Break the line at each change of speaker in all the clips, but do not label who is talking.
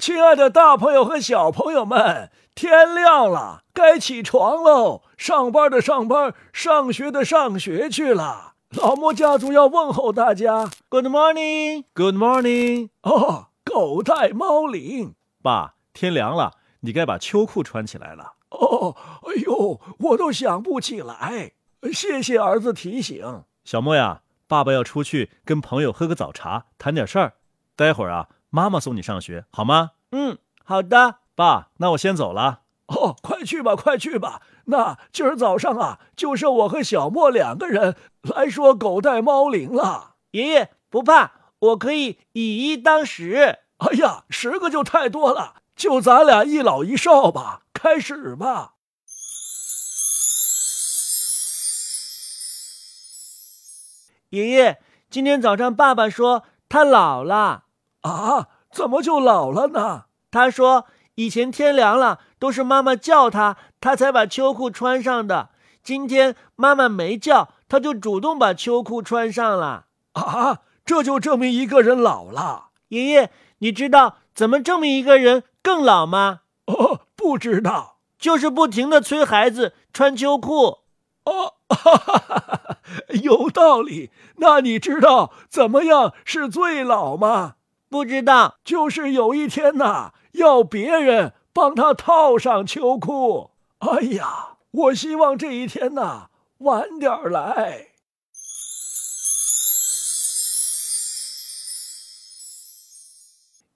亲爱的，大朋友和小朋友们，天亮了，该起床喽！上班的上班，上学的上学去了。老莫家族要问候大家
，Good morning，Good morning。
哦，狗带猫领。
爸，天凉了，你该把秋裤穿起来了。
哦，哎呦，我都想不起来。谢谢儿子提醒。
小莫呀，爸爸要出去跟朋友喝个早茶，谈点事儿。待会儿啊。妈妈送你上学好吗？
嗯，好的，
爸，那我先走了。
哦，快去吧，快去吧。那今儿早上啊，就剩我和小莫两个人来说狗带猫铃了。
爷爷不怕，我可以以一当十。
哎呀，十个就太多了，就咱俩一老一少吧。开始吧。
爷爷，今天早上爸爸说他老了。
啊，怎么就老了呢？
他说，以前天凉了都是妈妈叫他，他才把秋裤穿上的。今天妈妈没叫，他就主动把秋裤穿上了。
啊，这就证明一个人老了。
爷爷，你知道怎么证明一个人更老吗？
哦，不知道，
就是不停的催孩子穿秋裤。
哦，哈哈哈哈，有道理。那你知道怎么样是最老吗？
不知道，
就是有一天呐、啊，要别人帮他套上秋裤。哎呀，我希望这一天呐、啊、晚点来。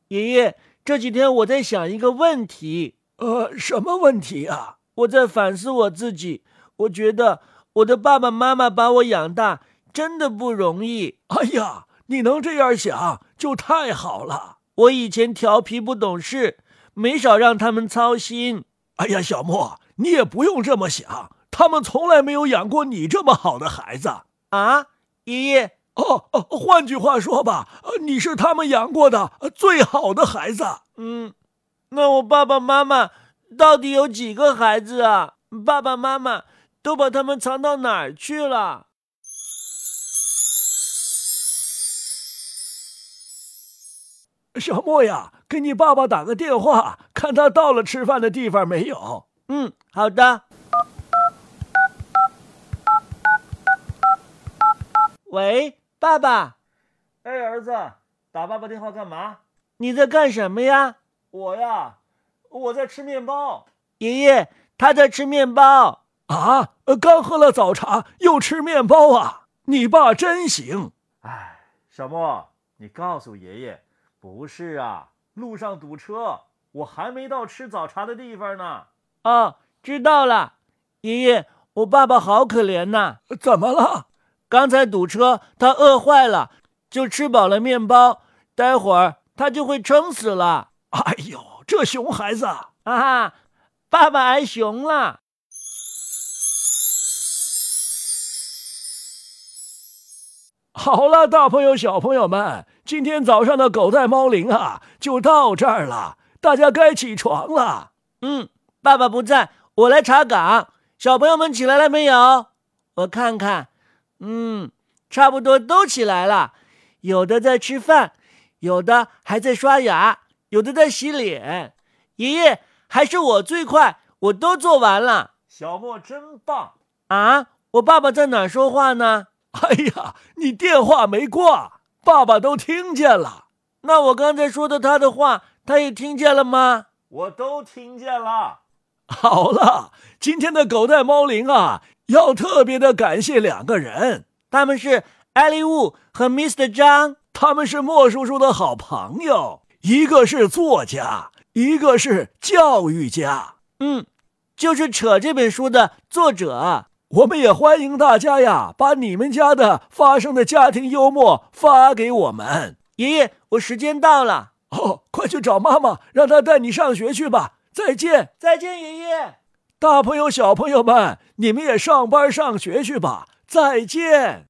爷爷，这几天我在想一个问题。
呃，什么问题啊？
我在反思我自己。我觉得我的爸爸妈妈把我养大真的不容易。
哎呀。你能这样想就太好了。
我以前调皮不懂事，没少让他们操心。
哎呀，小莫，你也不用这么想，他们从来没有养过你这么好的孩子
啊，爷爷。
哦哦，换句话说吧，呃你是他们养过的最好的孩子。
嗯，那我爸爸妈妈到底有几个孩子啊？爸爸妈妈都把他们藏到哪儿去了？
小莫呀，给你爸爸打个电话，看他到了吃饭的地方没有。
嗯，好的。喂，爸爸。
哎，儿子，打爸爸电话干嘛？
你在干什么呀？
我呀，我在吃面包。
爷爷，他在吃面包
啊？刚喝了早茶，又吃面包啊？你爸真行。
哎，小莫，你告诉爷爷。不是啊，路上堵车，我还没到吃早茶的地方呢。
哦，知道了，爷爷，我爸爸好可怜呐、
啊。怎么了？
刚才堵车，他饿坏了，就吃饱了面包，待会儿他就会撑死了。
哎呦，这熊孩子啊！
啊，爸爸挨熊了。
好了，大朋友、小朋友们，今天早上的狗带猫铃啊，就到这儿了。大家该起床了。
嗯，爸爸不在，我来查岗。小朋友们起来了没有？我看看，嗯，差不多都起来了。有的在吃饭，有的还在刷牙，有的在洗脸。爷爷，还是我最快，我都做完了。
小莫真棒
啊！我爸爸在哪说话呢？
哎呀，你电话没挂，爸爸都听见了。
那我刚才说的他的话，他也听见了吗？
我都听见了。
好了，今天的狗带猫铃啊，要特别的感谢两个人，
他们是艾利物和 Mr. 张，
他们是莫叔叔的好朋友，一个是作家，一个是教育家。
嗯，就是《扯》这本书的作者。
我们也欢迎大家呀，把你们家的发生的家庭幽默发给我们。
爷爷，我时间到了，
哦，快去找妈妈，让她带你上学去吧。再见，
再见，爷爷。
大朋友、小朋友们，你们也上班上学去吧。再见。